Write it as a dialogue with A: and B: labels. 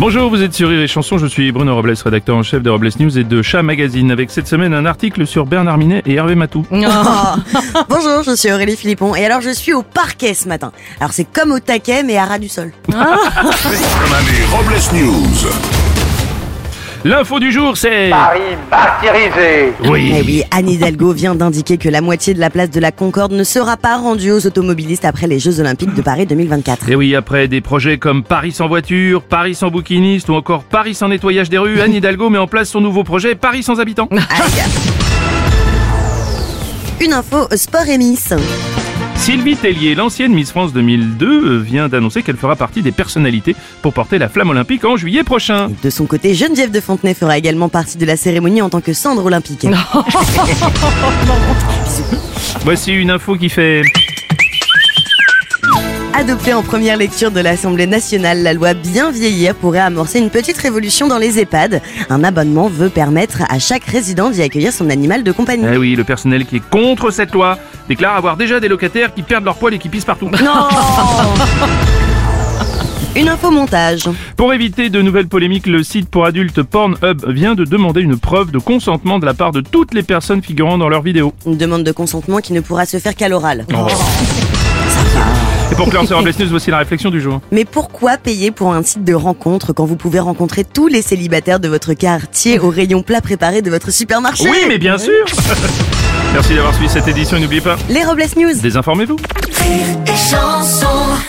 A: Bonjour, vous êtes sur Rire et Chanson, je suis Bruno Robles, rédacteur en chef de Robles News et de Chat Magazine, avec cette semaine un article sur Bernard Minet et Hervé Matou.
B: Oh. Bonjour, je suis Aurélie Philippon et alors je suis au parquet ce matin. Alors c'est comme au taquet mais à ras du sol.
C: On a les Robles News.
A: L'info du jour c'est...
D: Paris martyrisé.
B: Eh
A: Oui,
B: oui, Anne Hidalgo vient d'indiquer que la moitié de la place de la Concorde ne sera pas rendue aux automobilistes après les Jeux Olympiques de Paris 2024.
A: et Eh oui, après des projets comme Paris sans voiture, Paris sans bouquiniste ou encore Paris sans nettoyage des rues, Anne Hidalgo met en place son nouveau projet Paris sans habitants.
B: Aïe. Une info sport et miss.
A: Sylvie Tellier, l'ancienne Miss France 2002, euh, vient d'annoncer qu'elle fera partie des personnalités pour porter la flamme olympique en juillet prochain.
B: De son côté, Geneviève de Fontenay fera également partie de la cérémonie en tant que cendre olympique.
A: Voici une info qui fait...
B: Adoptée en première lecture de l'Assemblée nationale, la loi Bien vieillir pourrait amorcer une petite révolution dans les EHPAD. Un abonnement veut permettre à chaque résident d'y accueillir son animal de compagnie.
A: Eh oui, le personnel qui est contre cette loi déclare avoir déjà des locataires qui perdent leur poil et qui pissent partout.
B: Une info montage.
A: Pour éviter de nouvelles polémiques, le site pour adultes Pornhub vient de demander une preuve de consentement de la part de toutes les personnes figurant dans leurs vidéos.
B: Une demande de consentement qui ne pourra se faire qu'à l'oral.
A: Et pour clore ce Robles News, voici la réflexion du jour.
B: Mais pourquoi payer pour un site de rencontre quand vous pouvez rencontrer tous les célibataires de votre quartier au rayon plat préparé de votre supermarché
A: Oui, mais bien sûr Merci d'avoir suivi cette édition et n'oubliez pas,
B: Les Robles News
A: désinformez-vous
E: Rire et chanson